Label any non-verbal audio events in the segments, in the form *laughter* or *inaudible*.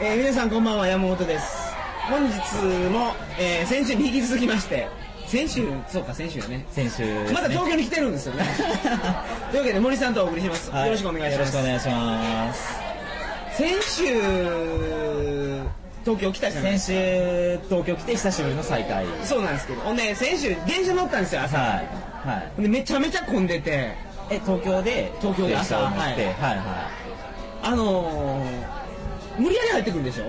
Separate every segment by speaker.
Speaker 1: えー皆さんこんばんは山本です本日も、えー先週に引き続きまして先週そうか先週よね
Speaker 2: 先週ですね、
Speaker 1: まだ東京に来てるんです
Speaker 2: *laughs*
Speaker 1: よねというわけで森さんとお送りします、
Speaker 2: は
Speaker 1: よろしくお願いします
Speaker 2: よろしくお願いします
Speaker 1: 先週東京来たじゃない
Speaker 2: 先週東京来て久しぶりの再会はい
Speaker 1: そうなんですけどほんで先週電車乗ったんですよ朝
Speaker 2: はい
Speaker 1: ほんでめちゃめちゃ混んでて
Speaker 2: え東京で
Speaker 1: 東京で朝
Speaker 2: 電車を乗って
Speaker 1: はい
Speaker 2: はいは
Speaker 1: あのー、無理やり入ってくるんでしょ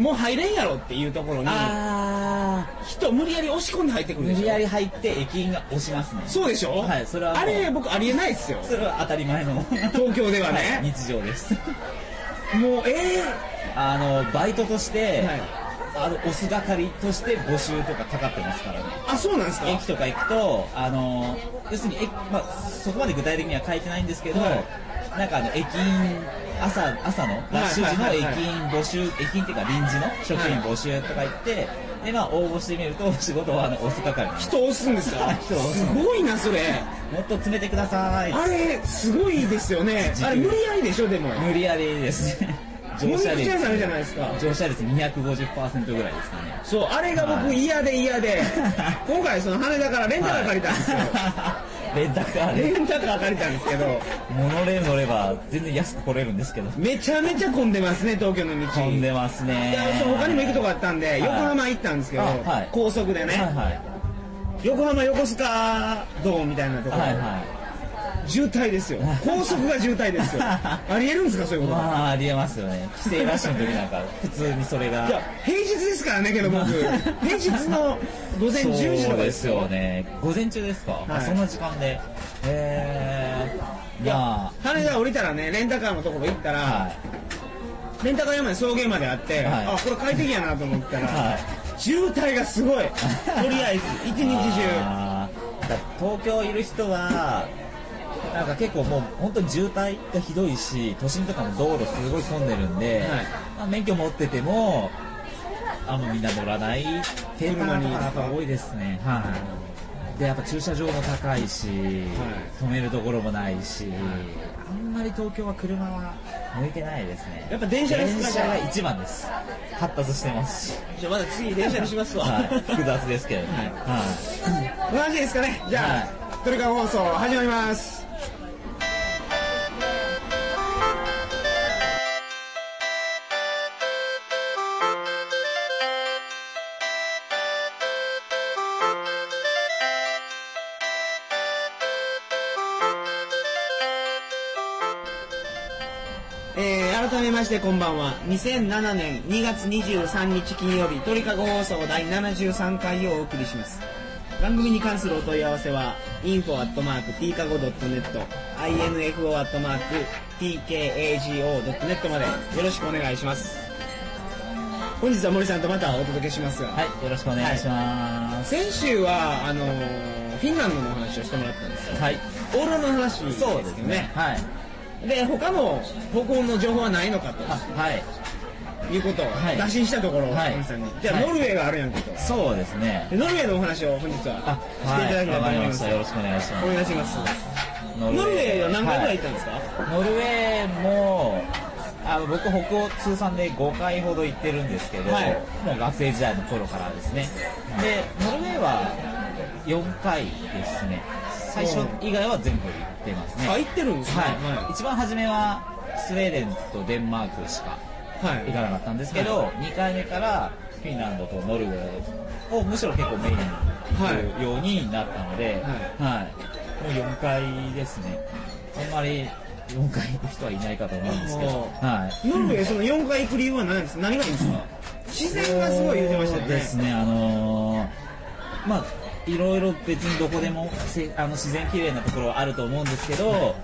Speaker 1: もう入れんやろっていうところ
Speaker 2: い
Speaker 1: に
Speaker 2: ああ
Speaker 1: 人無理やり押し込んで入ってくる
Speaker 2: 無
Speaker 1: でしょ
Speaker 2: 理やり入って駅員が押しますね
Speaker 1: そうでしょ
Speaker 2: はいそれはもう
Speaker 1: あれ僕ありえないっすよ
Speaker 2: それは当たり前の
Speaker 1: 東京ではね
Speaker 2: い日常です
Speaker 1: もうええ
Speaker 2: あのバイトとして、
Speaker 1: はい
Speaker 2: あの押す係として募集とかかかってますからね
Speaker 1: あそうなんですか
Speaker 2: 駅とか行くと、あの要するに駅、まあ、そこまで具体的には書いてないんですけど、
Speaker 1: はい
Speaker 2: なんかあの駅員朝朝のラッシュ時の
Speaker 1: はい
Speaker 2: 駅
Speaker 1: はいはいはい
Speaker 2: 員募集、駅員っていうか臨時の職員募集とか言って、でまあ、応募してみると仕事はあの押す係なんです
Speaker 1: 人押すんですか
Speaker 2: *laughs* 人押す
Speaker 1: すごいなそれ
Speaker 2: もっと詰めてください
Speaker 1: あれすごいですよ
Speaker 2: *laughs*
Speaker 1: ね
Speaker 2: 自由
Speaker 1: あれ無理やりでしょでも
Speaker 2: 無理やりですね乗車
Speaker 1: *laughs* 無理やり
Speaker 2: 率
Speaker 1: ダメじゃないですか
Speaker 2: 乗車率250%ぐらいですかね
Speaker 1: そうあれが僕
Speaker 2: はい
Speaker 1: 嫌で嫌
Speaker 2: *laughs*
Speaker 1: で今回その羽田からレンタカー借りたんですよ、
Speaker 2: はいレンタカーで
Speaker 1: レンタカー借りたんですけど
Speaker 2: モノレール乗れば全然安く来れるんですけど
Speaker 1: めちゃめちゃ混んでますね東京の道
Speaker 2: 混んでます
Speaker 1: い
Speaker 2: ね
Speaker 1: やそう他にも行くとこあったんで、
Speaker 2: い
Speaker 1: 横浜行ったんですけど、
Speaker 2: あはい
Speaker 1: 高速でね、
Speaker 2: はいはい
Speaker 1: 横浜横須賀道みたいなところ、
Speaker 2: はいは
Speaker 1: 渋滞
Speaker 2: *laughs*
Speaker 1: ですよ高速が渋滞ですよありえるんですかそういう
Speaker 2: い
Speaker 1: こと、
Speaker 2: まあありえますよね帰省ラッシュの時なんか普通にそれが
Speaker 1: いや平日ですからねけど
Speaker 2: *laughs*
Speaker 1: 僕平日の午前10時と
Speaker 2: そう
Speaker 1: か
Speaker 2: ですよね午前中ですか、
Speaker 1: い
Speaker 2: あそんな時間でえー、
Speaker 1: い
Speaker 2: いや
Speaker 1: や羽田降りたらねレンタカーのところ行ったら、
Speaker 2: は
Speaker 1: レンタカー山に送迎まであって、
Speaker 2: はい
Speaker 1: あこれ快適やなと思った
Speaker 2: い
Speaker 1: ら、
Speaker 2: はい
Speaker 1: 渋滞が
Speaker 2: *laughs*
Speaker 1: すごいとりあえず一日中
Speaker 2: あーだから東京いる人はなんか結構もう本当に渋滞がひどいし都心とかも道路すごい混んでるんで、
Speaker 1: はい
Speaker 2: まあ、免許持っててもあんまみんな乗らない車
Speaker 1: 車に
Speaker 2: にやっぱ多いですねはいでやっぱ駐車場も高いし、止めるところもないし、あんまり東京は車は向いてないですね
Speaker 1: やっぱ電車ですか
Speaker 2: 電車が一番です発達してますし
Speaker 1: *laughs* じゃあまだ次電車にしますわ、
Speaker 2: はい、
Speaker 1: *laughs*
Speaker 2: 複雑ですけどね、
Speaker 1: はい
Speaker 2: はい
Speaker 1: こんな感じですかねじゃあ、トリカゴ放送始まりますえー改めましてこんばんは2007年2月23日金曜日鳥かご放送第73回をお送りします番組に関するお問い合わせは info.tkago.net info.tkago.net までよろしくお願いします本日は森さんとまたお届けしますが、
Speaker 2: はい、よろしくお願いします。
Speaker 1: 先週はあのーフィンランドのお話をしてもらったんですよ
Speaker 2: はい、
Speaker 1: オーロラの話ですけどね
Speaker 2: はい、
Speaker 1: で他の方向の情報はないのかと
Speaker 2: あはい、
Speaker 1: いうことを
Speaker 2: はい
Speaker 1: 打診したところ、
Speaker 2: はい
Speaker 1: 森さんにじゃあ、
Speaker 2: はい
Speaker 1: ノルウェーがあるやんけと
Speaker 2: そうですね。
Speaker 1: でノルウェーのお話を本日は
Speaker 2: あ、
Speaker 1: していただきたいと
Speaker 2: はい、わか
Speaker 1: 思い
Speaker 2: り
Speaker 1: ま、
Speaker 2: ますした。よろしくお願いしま
Speaker 1: お
Speaker 2: す。
Speaker 1: 願いします
Speaker 2: ノ
Speaker 1: ノルウェーは何回ぐらい行ったんですか、
Speaker 2: はいノルウェーも。あの僕北欧通算で5回ほど行ってるんですけど、
Speaker 1: はい
Speaker 2: もう学生時代の頃からですねでノルウェーは4回ですね最初以外は全部行ってますね
Speaker 1: あ
Speaker 2: はい、
Speaker 1: 行ってるんですね
Speaker 2: 一番初めはスウェーデンとデンマークしか
Speaker 1: はい、はい
Speaker 2: 行かなかったんですけど、2回目からフィンランドとノルウェーをむしろ結構メインに行くようになったので、はいもう4回ですねあんまり4回行く人はいないかと思うんですけど、
Speaker 1: お
Speaker 2: はい、
Speaker 1: ノルウェーその4回行く理由は何です何がいいんですか自然がすごい言ってましたよ
Speaker 2: そうで
Speaker 1: ね
Speaker 2: すねあのーまあいろいろ別にどこでもせあの自然綺麗なところはあると思うんですけど、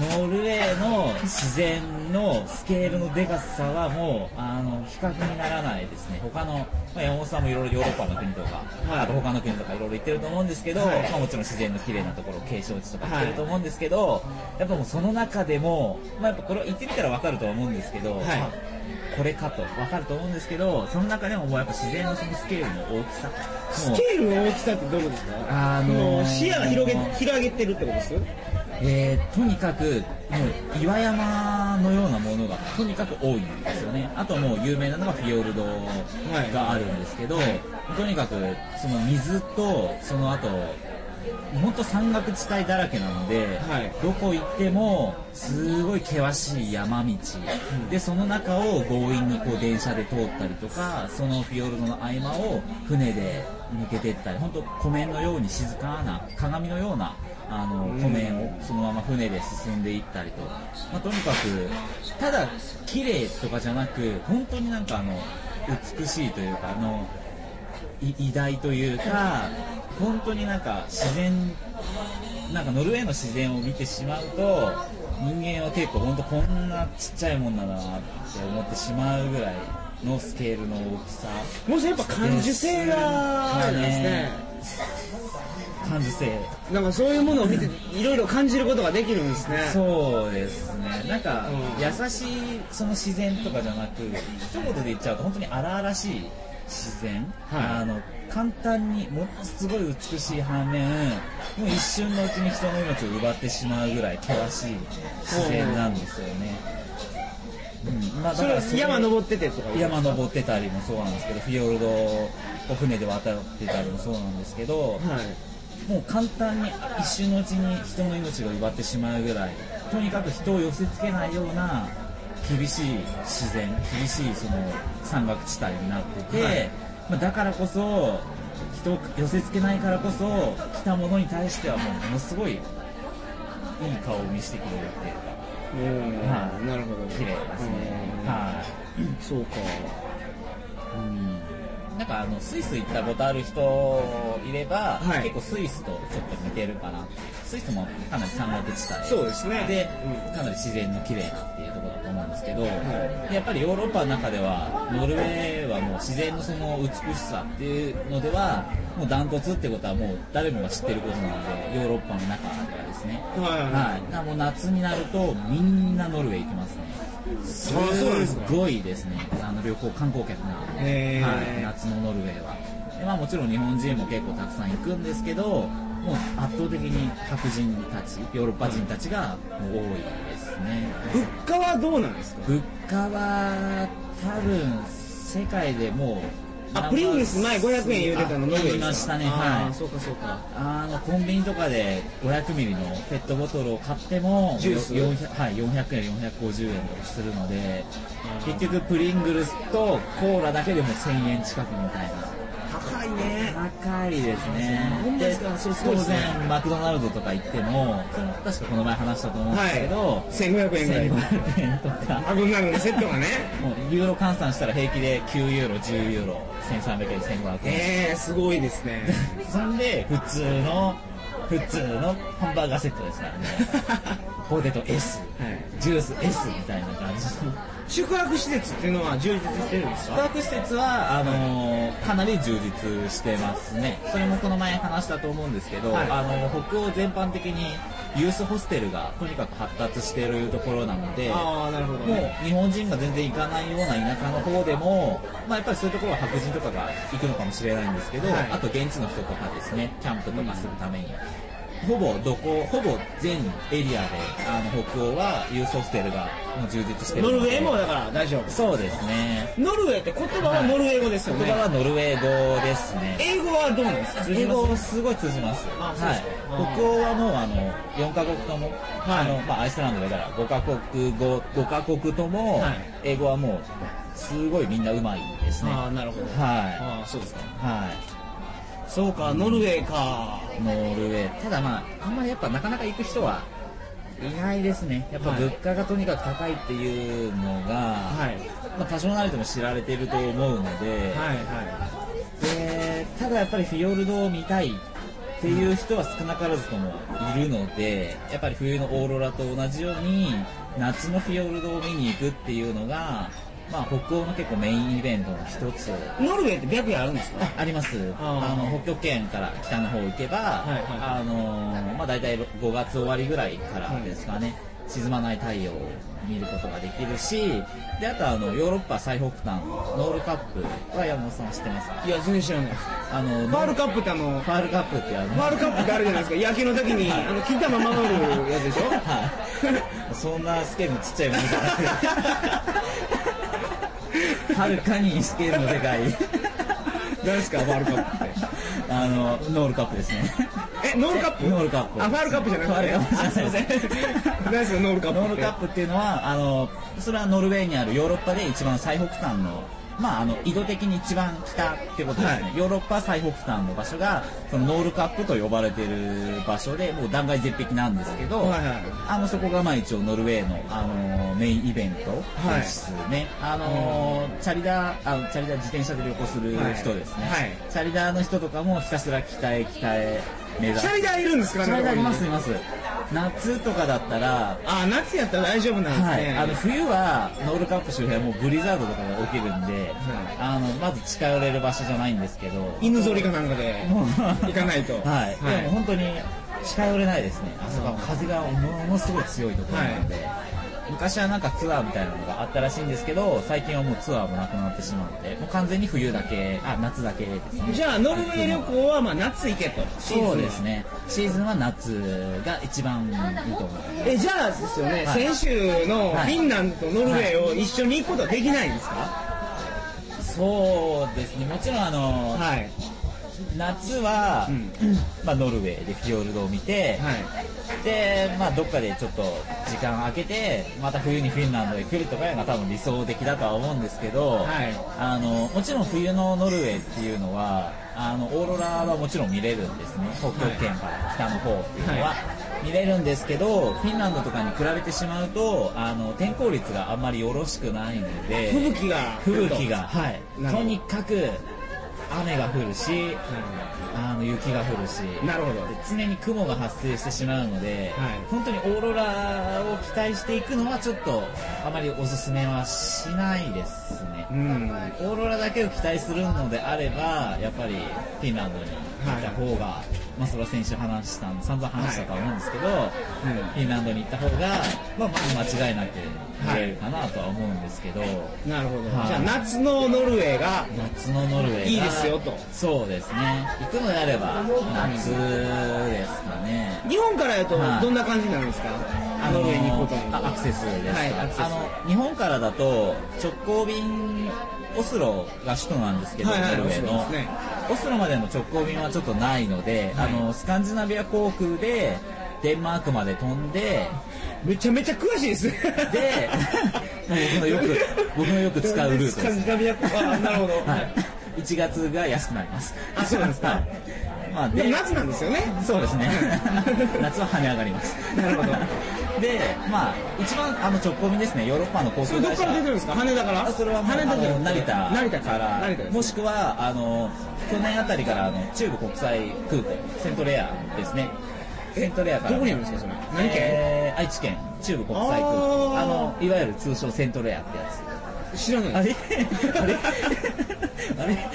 Speaker 2: ノルウェーの自然のスケールのでかさはもうあの比較にならないですね他の、まあ、山本さんもいろいろヨーロッパの国とか、
Speaker 1: はい
Speaker 2: あと他の国とかいろいろ行ってると思うんですけど、
Speaker 1: はい
Speaker 2: まあ、もちろん自然の綺麗なところ景勝地とか行ってると思うんですけど、やっぱもうその中でも、まあ、やっぱこれは行ってみたら分かるとは思うんですけど、
Speaker 1: はい
Speaker 2: まあこれかと分かると思うんですけどその中でももうやっぱ自然のそのスケールの大きさ
Speaker 1: ス
Speaker 2: もう
Speaker 1: ケールの大きさってどういうことですか
Speaker 2: あのー
Speaker 1: もう視野が広げ広げてるってことです
Speaker 2: えーとにかくもう岩山のようなものがとにかく多いんですよねあともう有名なのがフィヨルドがあるんですけど、とにかくその水とその後本当山岳地帯だらけなので、
Speaker 1: はい
Speaker 2: どこ行ってもすごい険しい山道、でその中を強引にこう電車で通ったりとかそのフィヨルドの合間を船で抜けていったり本当湖面のように静かな鏡のようなあの
Speaker 1: うん
Speaker 2: 湖面をそのまま船で進んでいったりと、まあ、とにかくただ綺麗とかじゃなく本当になんかあの美しいというかあのい偉大というか本当になんか自然なんかノルウェーの自然を見てしまうと人間は結構本当こんなちっちゃいもんだなって思ってしまうぐらいのスケールの大きさ
Speaker 1: もしやっぱ感受性があるんですね
Speaker 2: 感受性
Speaker 1: なんかそういうものを見ていろいろ感じることができるんですね
Speaker 2: そうですねなんか
Speaker 1: うん
Speaker 2: 優しいその自然とかじゃなく一言で言っちゃうと本当に荒々しい自然、
Speaker 1: はい
Speaker 2: あの簡単にものすごい美しい反面もう一瞬のうちに人の命を奪ってしまうぐらい険しい自然なんですよね、うんまあ
Speaker 1: それは
Speaker 2: れ
Speaker 1: 山登っててとか
Speaker 2: 山登ってたりもそうなんですけどフィヨルドを船で渡ってたりもそうなんですけど、
Speaker 1: はい
Speaker 2: もう簡単に一瞬のうちに人の命が奪ってしまうぐらいとにかく人を寄せつけないような厳しい自然厳しいその山岳地帯になってて、
Speaker 1: はい
Speaker 2: まあ、だからこそ人を寄せつけないからこそ来たものに対してはもうものすごいいい顔を見せてくれるっていう
Speaker 1: うん
Speaker 2: か、はい
Speaker 1: なるほど
Speaker 2: 綺麗ですね
Speaker 1: う、ん
Speaker 2: はい
Speaker 1: そうか
Speaker 2: なんかあのスイス行ったことある人いれば、
Speaker 1: はい
Speaker 2: 結構スイスとちょっと似てるかなスイスもかなり山岳地帯
Speaker 1: そうですね
Speaker 2: で
Speaker 1: うん
Speaker 2: かなり自然の綺麗なっていうところだと思うんですけど、でやっぱりヨーロッパの中ではノルウェーはもう自然のその美しさっていうのではもうダントツってことはもう誰もが知ってることなのでヨーロッパの中ではですね
Speaker 1: はいはいは
Speaker 2: はい、だからもう夏になるとみんなノルウェー行きますねす
Speaker 1: あそうなんですか
Speaker 2: ごいですねあの旅行観光客が
Speaker 1: へー
Speaker 2: はい、夏のノルウェーはで、まあ、もちろん日本人も結構たくさん行くんですけどもう圧倒的に白人たちヨーロッパ人たちがもう多いですね
Speaker 1: い物価はどうなんですか
Speaker 2: 物価は多分世界でもう
Speaker 1: あプリングス前500円言うてたの
Speaker 2: あ
Speaker 1: ノルウェー
Speaker 2: 言い
Speaker 1: で
Speaker 2: ますし
Speaker 1: か
Speaker 2: たね
Speaker 1: あ
Speaker 2: は
Speaker 1: ー
Speaker 2: い
Speaker 1: そうかそうか
Speaker 2: あのコンビニとかで500ミリのペットボトルを買っても
Speaker 1: ジュース
Speaker 2: よ400はい、400円450円とかするので結局プリングルスとコーラだけでも1000円近くみたいな
Speaker 1: 高いね
Speaker 2: 高いですね
Speaker 1: そうですかそうすご
Speaker 2: 当
Speaker 1: いですね
Speaker 2: 然マクドナルドとか行ってもその確かこの前話したと思うんですけど、
Speaker 1: はい1500円ぐらい
Speaker 2: 1500円とか
Speaker 1: マクドナルドのセットがね
Speaker 2: もうユーロ換算したら平気で9ユーロ10ユーロ1300円1500円
Speaker 1: えー、すごいです *laughs* ね
Speaker 2: *laughs* そんで普通の普通のハンバーガーセットですからねポテト S
Speaker 1: はい
Speaker 2: ジュース S みたいな感じの
Speaker 1: 宿泊施設っていうのは充実してるんです
Speaker 2: 宿
Speaker 1: か
Speaker 2: 泊施設はあのーかなり充実してますねそれもこの前話したと思うんですけど、
Speaker 1: はい
Speaker 2: あのー北欧全般的にユースホステルがとにかく発達しているところなので
Speaker 1: ああなるほど
Speaker 2: も
Speaker 1: ね
Speaker 2: う日本人が全然行かないような田舎の方でも、まあ、やっぱりそういうところは白人とかが行くのかもしれないんですけど、
Speaker 1: はい
Speaker 2: あと現地の人とかですねキャンプとかするために、ほぼどこほぼ全エリアであの北欧はユースホステルがもう充実してる
Speaker 1: ノ
Speaker 2: ので
Speaker 1: ルウェーもだから大丈夫
Speaker 2: そうですね
Speaker 1: ノルウェーって言葉はノルウェー語ですよね、
Speaker 2: 言葉はノルウェー語ですね
Speaker 1: 英語はどうなんですか
Speaker 2: 英語すごい通じます。
Speaker 1: あそうですか
Speaker 2: はい。北欧はもうあの四カ国とも、
Speaker 1: い
Speaker 2: あのまあアイスランドだから五カ国語五カ国とも、
Speaker 1: はい
Speaker 2: 英語はもうすごいみんなうまいですね。
Speaker 1: あ
Speaker 2: は
Speaker 1: あなるほど
Speaker 2: い
Speaker 1: ああそうですか
Speaker 2: はい。
Speaker 1: そうかノルウェーか
Speaker 2: ノルウェー。ただまああんまりやっぱなかなか行く人はいないですね。やっぱ
Speaker 1: はい
Speaker 2: 物価がとにかく高いっていうのが、
Speaker 1: はい
Speaker 2: まあ多少なりとも知られてると思うので、
Speaker 1: はいは
Speaker 2: でただやっぱりフィヨルドを見たいっていう人は少なからずともいるのでやっぱり冬のオーロラと同じように夏のフィヨルドを見に行くっていうのが、まあ、北欧の結構メインイベントの一つ
Speaker 1: いノルウェーって白夜あるんですか
Speaker 2: ああります
Speaker 1: あー
Speaker 2: あの北極圏から北の方行けば、
Speaker 1: はいはい
Speaker 2: あのーまあ、大体5月終わりぐらいからですかね、沈まない太陽を見ることができるしであとあのヨーロッパ最北端ノールカップは山本さんは知ってますか
Speaker 1: いや、全然知らないです。フ
Speaker 2: あの
Speaker 1: ァール
Speaker 2: ッ
Speaker 1: カップってあの
Speaker 2: プ、ファールカップってあの
Speaker 1: ファールカップってあるじゃないですか。野球の時に、あの、金玉守るやつでしょ
Speaker 2: はいそんなスケールのちっちゃいものじゃなくてはるかにスケールのでかい
Speaker 1: 何ですか、ファールカップって。
Speaker 2: あのノールカップですね
Speaker 1: え、ノールカップ
Speaker 2: ノールカップ
Speaker 1: あ、ファールカップじゃなくて。
Speaker 2: ファールカップじゃない
Speaker 1: あ、すいません。何ですか、ノールカップって。
Speaker 2: ノールカップっていうのはあのそれはノルウェーにあるヨーロッパで一番最北端のまああの緯度的に一番北ってことですね、
Speaker 1: は
Speaker 2: ヨーロッパ最北端の場所がそのノールカップと呼ばれてる場所でもう断崖絶壁なんですけど、
Speaker 1: はいはい
Speaker 2: あのそこがまあ一応ノルウェーの、あのメインイベントですね、あのチャリダーあチャリダー自転車で旅行する人ですね、
Speaker 1: はいはい
Speaker 2: チャリダーの人とかもひたすら北へ北へ目指
Speaker 1: シ
Speaker 2: す
Speaker 1: ャリダーいるんですか
Speaker 2: チャリダーいます
Speaker 1: ね。
Speaker 2: います夏とかだったら
Speaker 1: あ、夏やったら大丈夫なん
Speaker 2: は
Speaker 1: です
Speaker 2: い、
Speaker 1: ね。
Speaker 2: あの冬はノールカップ周辺はもうブリザードとかが起きるんで、あのまず近寄れる場所じゃないんですけど
Speaker 1: 犬ぞりかなんかで
Speaker 2: もう
Speaker 1: 行かないと
Speaker 2: *laughs* はい、
Speaker 1: はい
Speaker 2: でも本当に近寄れないですねあそこは風がものすごい強いところなんで、昔はなんかツアーみたいなのがあったらしいんですけど最近はもうツアーもなくなってしまってもう完全に冬だけあ夏だけですね
Speaker 1: じゃあノルウェー旅行はまあ夏行けと
Speaker 2: そうですねシーズンは夏が一番いいと思います
Speaker 1: えじゃあですよね、
Speaker 2: はい
Speaker 1: 先週のフ
Speaker 2: はい
Speaker 1: ィンランドとノルウェーを一緒に行くことはできないんですか
Speaker 2: そうですねもちろんあの、
Speaker 1: はい、
Speaker 2: 夏は、
Speaker 1: うん
Speaker 2: まあ、ノルウェーでフィヨルドを見て、
Speaker 1: はい、
Speaker 2: で、まあ、どっかでちょっと時間空けてまた冬にフィンランドへ来るとかいうのが多分理想的だとは思うんですけど、
Speaker 1: はい
Speaker 2: あのもちろん冬のノルウェーっていうのはあのオーロラはもちろん見れるんですね北極圏から北の方っていうのは。
Speaker 1: は
Speaker 2: 見れるんですけどフィンランドとかに比べてしまうとあの天候率があんまりよろしくないの
Speaker 1: *laughs*
Speaker 2: で
Speaker 1: 吹雪が
Speaker 2: 吹雪が、はい、
Speaker 1: なるほど
Speaker 2: とにかく雨が降るし、あの雪が降るし
Speaker 1: なるほど
Speaker 2: で常に雲が発生してしまうので、
Speaker 1: はい
Speaker 2: 本当にオーロラを期待していくのはちょっとあまりおすすめはしないですね
Speaker 1: うん
Speaker 2: オーロラだけを期待するのであればやっぱりフィンランドに行った方が、まあ、それは先週話したん散々話したとは思うんですけど、
Speaker 1: うん
Speaker 2: フィンランドに行った方が、まあ、まず間違いなく見れるかなとは思うんですけど、
Speaker 1: なるほど、
Speaker 2: はい
Speaker 1: じゃあ夏のノルウェーが
Speaker 2: 夏のノルウェーが
Speaker 1: いいですよと
Speaker 2: そうですね行くのであれば夏ですかね
Speaker 1: 日本からやと
Speaker 2: はい
Speaker 1: どんな感じになるんですか、
Speaker 2: あ
Speaker 1: ノ
Speaker 2: の
Speaker 1: ルウェーに行くことに
Speaker 2: あアクセスですか、
Speaker 1: はいアクセス
Speaker 2: あの日本からだと直行便オスロが首都なんですけど、
Speaker 1: はいはい
Speaker 2: ノルウェー
Speaker 1: オスロ
Speaker 2: の
Speaker 1: ですね
Speaker 2: オスロまでの直行便はちょっとないので、
Speaker 1: はい
Speaker 2: あのスカンジナビア航空でデンマークまで飛んで
Speaker 1: めちゃめちゃ詳しいですね *laughs*
Speaker 2: で僕の *laughs* よく僕のよく使うルートです
Speaker 1: スカンジナビアあなるほど、
Speaker 2: はい、1月が安くなります
Speaker 1: あそうなんですか
Speaker 2: はいまあ、
Speaker 1: でも
Speaker 2: で
Speaker 1: 夏なんですよね
Speaker 2: そうですね *laughs* 夏は跳ね上がります
Speaker 1: なるほど
Speaker 2: *laughs* でまあ一番あの直行便ですねヨーロッパの航
Speaker 1: それど
Speaker 2: 空
Speaker 1: っ
Speaker 2: 会
Speaker 1: か
Speaker 2: 社
Speaker 1: ら出てるんですか羽田から
Speaker 2: あそれはもう
Speaker 1: 羽田じゃ
Speaker 2: あの
Speaker 1: なく
Speaker 2: 成
Speaker 1: て
Speaker 2: 田
Speaker 1: 成田か
Speaker 2: から
Speaker 1: 成田です
Speaker 2: もしくはあの去年あたりからあの中部国際空港セントレアですねセントレアから
Speaker 1: どこにあるんですかそれ何県
Speaker 2: えー愛知県中部国際
Speaker 1: あ
Speaker 2: 空港
Speaker 1: ー
Speaker 2: あのいわゆる通称セントレアってやつ
Speaker 1: 知らないです
Speaker 2: あれあれあれ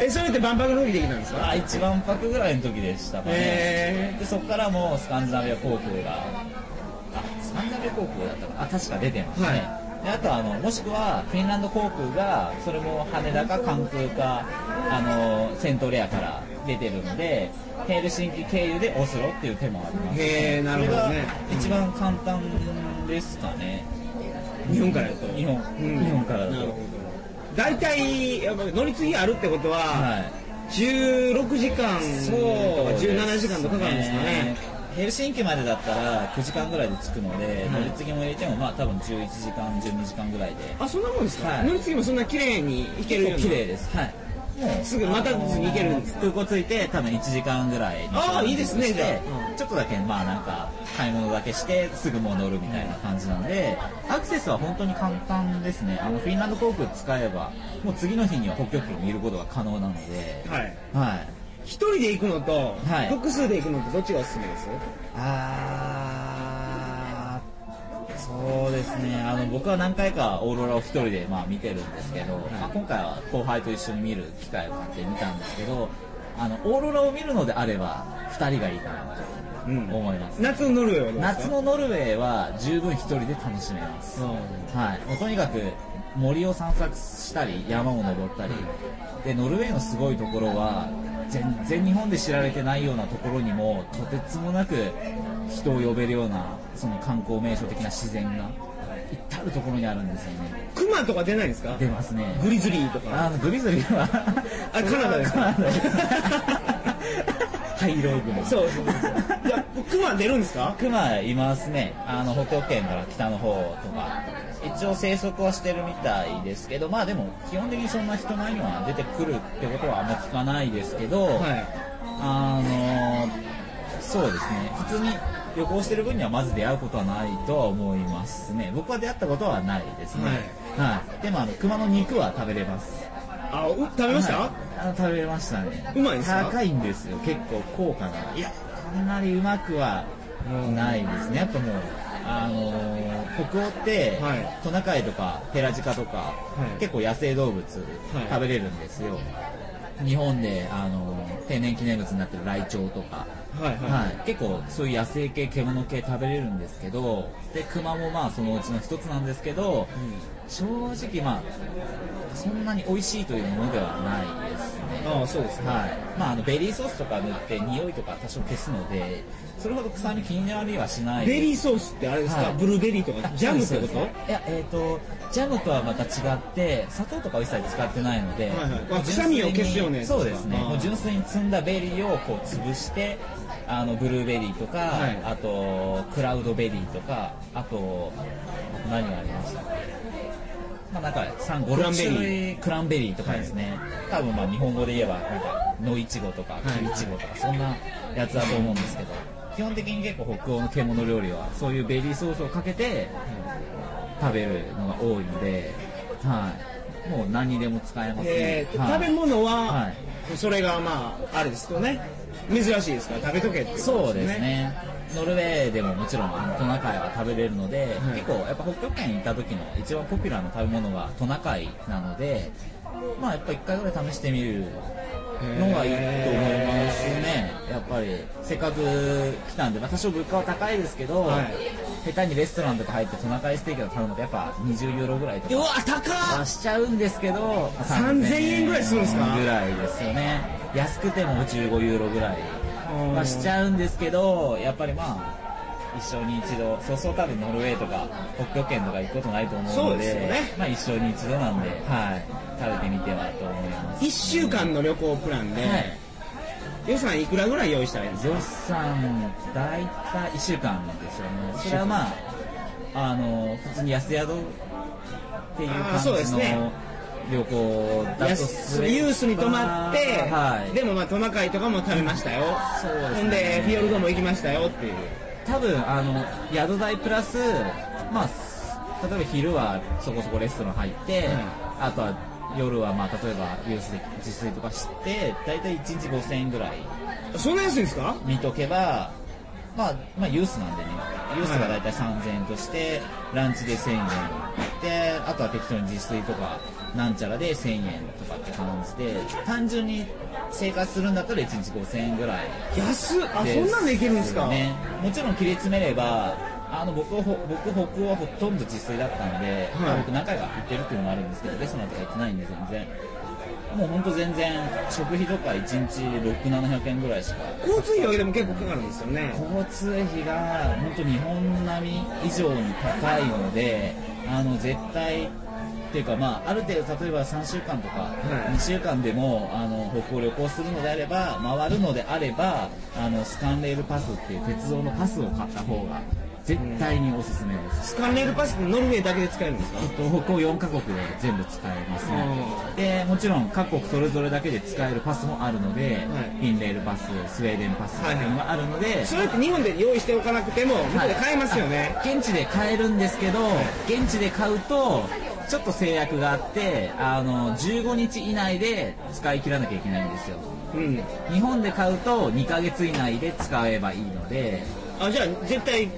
Speaker 1: えそれって万博の時できたんですか
Speaker 2: あ一万泊ぐらいの時でしたかね、
Speaker 1: へー
Speaker 2: でそこからもうスカンジナビア航空があスカンジナビア航空だったかなあ確か出てますね、であとあのもしくはフィンランド航空がそれも羽田か関空かあのセントレアから出てるのでヘルシンキ経由でオスロっていう手もあります
Speaker 1: へーなるほどね
Speaker 2: それが一番簡単ですかね、
Speaker 1: 日本からだと
Speaker 2: 日本
Speaker 1: うん
Speaker 2: 日本からだと
Speaker 1: なるほど大体やっぱ乗り継ぎあるってことは、
Speaker 2: はい
Speaker 1: 16時間とか
Speaker 2: そうですね
Speaker 1: 17時間とかかかるんですかね
Speaker 2: ヘルシンキまでだったら9時間ぐらいで着くので、
Speaker 1: うん
Speaker 2: 乗り継ぎも入れてもまあ多分11時間12時間ぐらいで
Speaker 1: あそんなもんですか、
Speaker 2: はい
Speaker 1: 乗り継ぎもそんな綺麗に行けるよう
Speaker 2: 結構綺
Speaker 1: に
Speaker 2: 麗ですはいもう
Speaker 1: すぐまた次行けるんですか
Speaker 2: 空港着いて多分1時間ぐらいに
Speaker 1: あーいいですね
Speaker 2: して
Speaker 1: じゃあうん
Speaker 2: ちょっとだけまあなんか買い物だけしてすぐもう乗るみたいな感じなんでアクセスは本当に簡単ですねあのフィンランド航空使えばもう次の日には北極圏を見ることが可能なので
Speaker 1: はい
Speaker 2: はい
Speaker 1: 一人で行くのと、
Speaker 2: はい
Speaker 1: 複数で行くのとどっちがおすすめです
Speaker 2: あーそうですねあの僕は何回かオーロラを一人で、まあ、見てるんですけど、まあ、今回は後輩と一緒に見る機会があって見たんですけどあのオーロラを見るのであれば2人がいいかなと
Speaker 1: うん
Speaker 2: 思います、
Speaker 1: 夏のノルウェーはどうですか
Speaker 2: 夏のノルウェーは十分一人で楽しめます、はい、もうとにかく森を散策したり山を登ったりでノルウェーのすごいところは全然日本で知られてないようなところにもとてつもなく人を呼べるようなその観光名所的な自然が至るところにあるんですよね
Speaker 1: クマとか出ないんですか
Speaker 2: 出ますね
Speaker 1: グリズリーとか
Speaker 2: あのグリズリーは
Speaker 1: あれカナダですか
Speaker 2: カ
Speaker 1: *laughs*
Speaker 2: ナダです灰色雲
Speaker 1: そうそうそういやクマ出るんです *laughs* か
Speaker 2: クマいますねあの北極圏から北の方とか一応生息はしてるみたいですけどまあでも基本的にそんな人前には出てくるってことはあんま聞かないですけど、
Speaker 1: はい
Speaker 2: あのそうですね普通に旅行してる分にはまず出会うことはないとは思いますね僕は出会ったことはないですね、はいでもあの熊の肉は食べれます
Speaker 1: あう食べました、
Speaker 2: はいあの食べれましたね
Speaker 1: うまいんですか
Speaker 2: 高いんですよ結構高価ないやあんまりうまくはないですねやっぱもうあのー北欧って、
Speaker 1: はい
Speaker 2: トナカイとかヘラジカとか、
Speaker 1: い
Speaker 2: 結構野生動物食
Speaker 1: い
Speaker 2: べれるんですよ、日本で、あのー天然記念物になってるライチョウとか、
Speaker 1: はいはい
Speaker 2: はい、結構そういう野生系獣系食べれるんですけどで熊もまあそのうちの一つなんですけど、正直まあそんなに美味しいというものではないですね
Speaker 1: ああそうですね、
Speaker 2: はいまあ、あのベリーソースとか塗って匂いとか多少消すのでそれほど臭み気になりはしない
Speaker 1: ベリーソースってあれですか、
Speaker 2: はい
Speaker 1: ブルーベリーとかジャムってこ
Speaker 2: そうです
Speaker 1: と
Speaker 2: いやえっ、とジャムとはまた違って砂糖とかを一切使ってないので、
Speaker 1: はいはい
Speaker 2: もう
Speaker 1: あ臭みを消すようなやつですか
Speaker 2: そうですね
Speaker 1: あー
Speaker 2: もう純粋に摘んだベリーをこう潰してあのブルーベリーとか、
Speaker 1: はい
Speaker 2: あとクラウドベリーとかあと何がありましたっけまあ、なんか3、5、
Speaker 1: クラン
Speaker 2: 6
Speaker 1: ベリー
Speaker 2: 種類クランベリーとかですね、多分まあ日本語で言えばなんか野いちごとか
Speaker 1: い
Speaker 2: 木いちごとかそんなやつだと思うんですけど、基本的に結構北欧の獣料理はそういうベリーソースをかけて食べるのが多いので、はい、もう何にでも使えますね、
Speaker 1: えーと
Speaker 2: はい
Speaker 1: 食べ物は、
Speaker 2: はい
Speaker 1: それがまああれですとね珍しいですから食べとけってこと
Speaker 2: そうですねノルウェーでももちろんあのトナカイは食べれるので、
Speaker 1: はい
Speaker 2: 結構やっぱ北極圏にいた時の一番ポピュラーな食べ物がトナカイなのでまあやっぱ1回ぐらい試してみるのがいいと思いますねやっぱりせっかく来たんで、まあ、多少物価は高いですけど、
Speaker 1: はい
Speaker 2: 下手にレストランとか入ってトナカイステーキを頼むとやっぱ20ユーロぐらいと
Speaker 1: うわ
Speaker 2: か
Speaker 1: 高
Speaker 2: は
Speaker 1: っ
Speaker 2: しちゃうんですけど
Speaker 1: 3000円ぐらいするんですか
Speaker 2: ぐらいですよね安くても15ユーロぐらい
Speaker 1: うん
Speaker 2: はしちゃうんですけどやっぱりまあ一緒に一度そうそう多分ノルウェーとか北極圏とか行くことないと思う
Speaker 1: そう
Speaker 2: ので
Speaker 1: ですよね
Speaker 2: まあ、一生に一度なんで、はい、食べてみてはと思います
Speaker 1: 1週間の旅行プランで、
Speaker 2: はい
Speaker 1: 予算いくらぐらい用意したらいいんです
Speaker 2: 予算大体1週間ですよねそれはまああの普通に安宿っていう
Speaker 1: あー
Speaker 2: 感
Speaker 1: そうで
Speaker 2: じ
Speaker 1: す
Speaker 2: の
Speaker 1: ね
Speaker 2: 旅行だ
Speaker 1: か
Speaker 2: と
Speaker 1: 安
Speaker 2: すれば
Speaker 1: ユースに泊まって、
Speaker 2: はい、
Speaker 1: でもまあトナカイとかも食べましたよ、
Speaker 2: そうですね
Speaker 1: ほんでフィヨルドも行きましたよっていう
Speaker 2: 多分あの宿代プラスまあす例えば昼はそこそこレストラン入って、
Speaker 1: はい
Speaker 2: あとは夜はまあ例えばユースで自炊とかして大体1日5000円ぐらい
Speaker 1: そんな安いんですか
Speaker 2: 見とけば、まあ、まあユースなんでねユースが大体3000円として、ランチで1000円であとは適当に自炊とかなんちゃらで1000円とかって感じで単純に生活するんだったら1日5000円ぐらい
Speaker 1: 安っあ
Speaker 2: で
Speaker 1: そんなんでいけるんですか
Speaker 2: ね、もちろん切り詰めればあの僕はほ僕北欧はほとんど自炊だったんで、
Speaker 1: はい
Speaker 2: まあ僕何回か行ってるっていうのもあるんですけどレストランとか行ってないんで全然もうほんと全然食費とか1日6700円ぐらいしか
Speaker 1: 交通費だけでも結構かかるんですよね
Speaker 2: 交通費が本当日本並み以上に高いのであの絶対っていうかまあある程度例えば3週間とか
Speaker 1: い
Speaker 2: 2週間でもあの北欧旅行するのであれば回るのであればあのスカンレールパスっていう鉄道のパスを買った方が絶対におすすめです。
Speaker 1: スカンレールパスってノルウェーだけで使えるんですか
Speaker 2: えっと、北欧4カ国で全部使えますねでもちろん各国それぞれだけで使えるパスもあるので、
Speaker 1: はい
Speaker 2: フィンレールパススウェーデンパスっていうのがあるので、
Speaker 1: それって日本で用意しておかなくても向こ
Speaker 2: は
Speaker 1: う
Speaker 2: い
Speaker 1: で買えますよね、
Speaker 2: あ現地で買えるんですけど現地で買うとちょっと制約があってあの15日以内で使い切らなきゃいけないんですよ
Speaker 1: うん
Speaker 2: 日本で買うと2ヶ月以内で使えばいいので
Speaker 1: あじゃあ絶対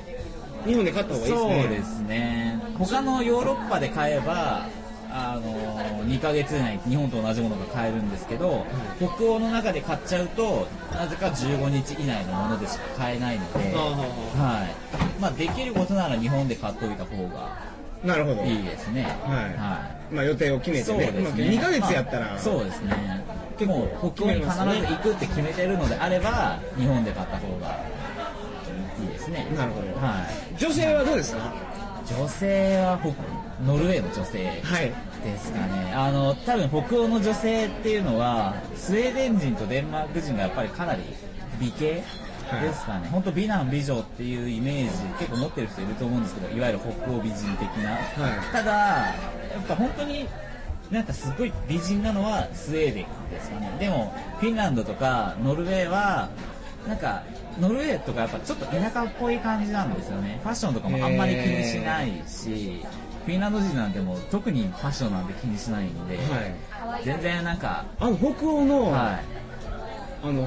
Speaker 1: 日本で買った方がいいです
Speaker 2: そ
Speaker 1: ね
Speaker 2: うですね他のヨーロッパで買えばあの2ヶ月以内日本と同じものが買えるんですけど、北欧の中で買っちゃうとなぜか15日以内のものでしか買えないので、
Speaker 1: あ
Speaker 2: はいまあ、できることなら日本で買っといた方が
Speaker 1: なるほど。
Speaker 2: いいですね。
Speaker 1: はい
Speaker 2: はい
Speaker 1: まあ予定を決めて
Speaker 2: そう
Speaker 1: ね。
Speaker 2: ですね。
Speaker 1: まあ2ヶ月やったら、
Speaker 2: まあそうですね。
Speaker 1: 結構
Speaker 2: もう北欧に必ず行くって決めてるのであれば、日本で買った方がいいですね。
Speaker 1: なるほど
Speaker 2: はい。
Speaker 1: 女性はどうですか
Speaker 2: 女性は北ノルウェーの女性
Speaker 1: はい。
Speaker 2: ですかね。あの多分北欧の女性っていうのはスウェーデン人とデンマーク人がやっぱりかなり美形。
Speaker 1: はい
Speaker 2: ですかね本当美男美女っていうイメージ結構持ってる人いると思うんですけどいわゆる北欧美人的な、
Speaker 1: はい
Speaker 2: ただやっぱ本当になんかすごい美人なのはスウェーデンですかねでもフィンランドとかノルウェーはなんかノルウェーとかやっぱちょっと田舎っぽい感じなんですよねファッションとかもあんまり気にしないしフィンランド人なんてもう特にファッションなんて気にしないんで、
Speaker 1: はい。
Speaker 2: 全然なんか
Speaker 1: あの、北欧の、
Speaker 2: はい
Speaker 1: あの、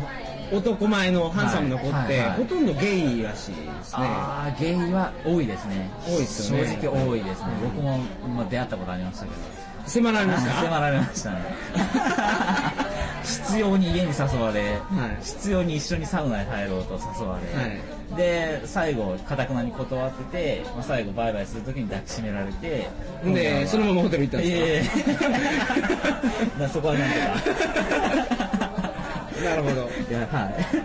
Speaker 1: 男前のハンサムな子って、
Speaker 2: はいはいはい
Speaker 1: ほとんどゲイらしいですね。
Speaker 2: ああゲイは多いですね
Speaker 1: 多いですよね
Speaker 2: 正直多いですね僕も、まあ、出会ったことありましたけど
Speaker 1: 迫られました。
Speaker 2: 迫られまし
Speaker 1: *laughs*
Speaker 2: たね必要に家に誘われ、
Speaker 1: はい
Speaker 2: 必要に一緒にサウナに入ろうと誘われ、で最後かたくなに断ってて、まあ、最後バイバイするときに抱きしめられて
Speaker 1: で
Speaker 2: 今夜は
Speaker 1: そのままホテル行ったんですか
Speaker 2: いえ
Speaker 1: *laughs*
Speaker 2: いえだからそこ *laughs* はなんとか
Speaker 1: *laughs* なるほど
Speaker 2: いやはい、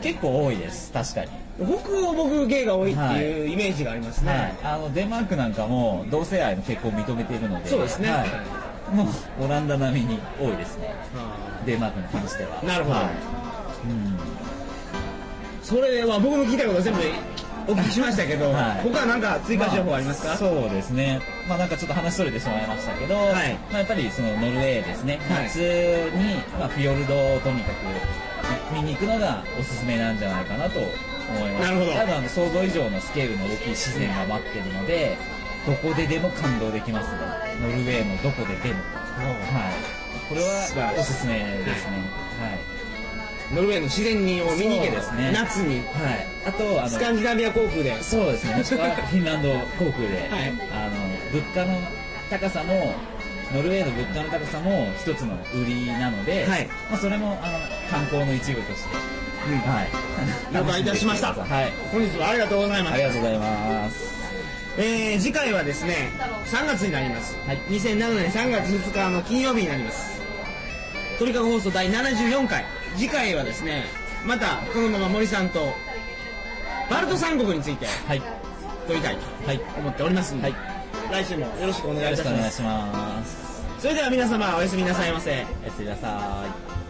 Speaker 1: う
Speaker 2: 結構多いです確かに
Speaker 1: 北欧僕ゲイが多いっていうイメージがありますね。
Speaker 2: はい、あのデンマークなんかも同性愛の結婚を認めているので
Speaker 1: そうですね
Speaker 2: はい、もうオランダ並みに多いですね
Speaker 1: あ
Speaker 2: デンマークに関しては
Speaker 1: なるほど
Speaker 2: はいうん
Speaker 1: ーそれは僕の聞いたこと全部お聞きしましたけど、
Speaker 2: はい
Speaker 1: 他は何か追加情報ありますか、
Speaker 2: まあそうですね、まあ、なんかちょっと話それてしまいましたけど、
Speaker 1: はい
Speaker 2: まあ、やっぱりそのノルウェーですね、
Speaker 1: はい
Speaker 2: 夏に、まあ、フィヨルドをとにかく見に行くのがおすすめなんじゃないかなと思います
Speaker 1: なるほど
Speaker 2: 多分あの想像以上のスケールの大きい自然が待ってるのでどこででも感動できますねノルウェーのどこででも、はい、これ
Speaker 1: 素晴ら
Speaker 2: は
Speaker 1: しい
Speaker 2: おすすめですね、はい
Speaker 1: ノルウェーの自然にを見に行けです
Speaker 2: そうですね
Speaker 1: 夏に
Speaker 2: はい、あとあの
Speaker 1: スカンジナビア航空で
Speaker 2: そうですね、もしくはフィンランド航空で、
Speaker 1: はい
Speaker 2: あの物価の高さも、ノルウェーの物価の高さも一つの売りなので、
Speaker 1: はい
Speaker 2: まあ、それもあの観光の一部として、
Speaker 1: うん
Speaker 2: はい、
Speaker 1: 了解いたしました
Speaker 2: *laughs* はい、
Speaker 1: 本日はありがとうございま
Speaker 2: あ
Speaker 1: し
Speaker 2: り
Speaker 1: た
Speaker 2: がとうございます。
Speaker 1: えー次回はですね3月になります、
Speaker 2: はい
Speaker 1: 2007年3月2日の金曜日になります鳥かご放送第74回次回はですねまたこのまま森さんとバルト三国について
Speaker 2: はい、
Speaker 1: 撮りたい
Speaker 2: はい、よ
Speaker 1: と思っておりますので、来週もよろしくお願いい
Speaker 2: ろ
Speaker 1: た
Speaker 2: し
Speaker 1: し
Speaker 2: くお願
Speaker 1: ま
Speaker 2: い
Speaker 1: す
Speaker 2: します。
Speaker 1: それでは皆様おやすみなさいませ
Speaker 2: おやすみなさい。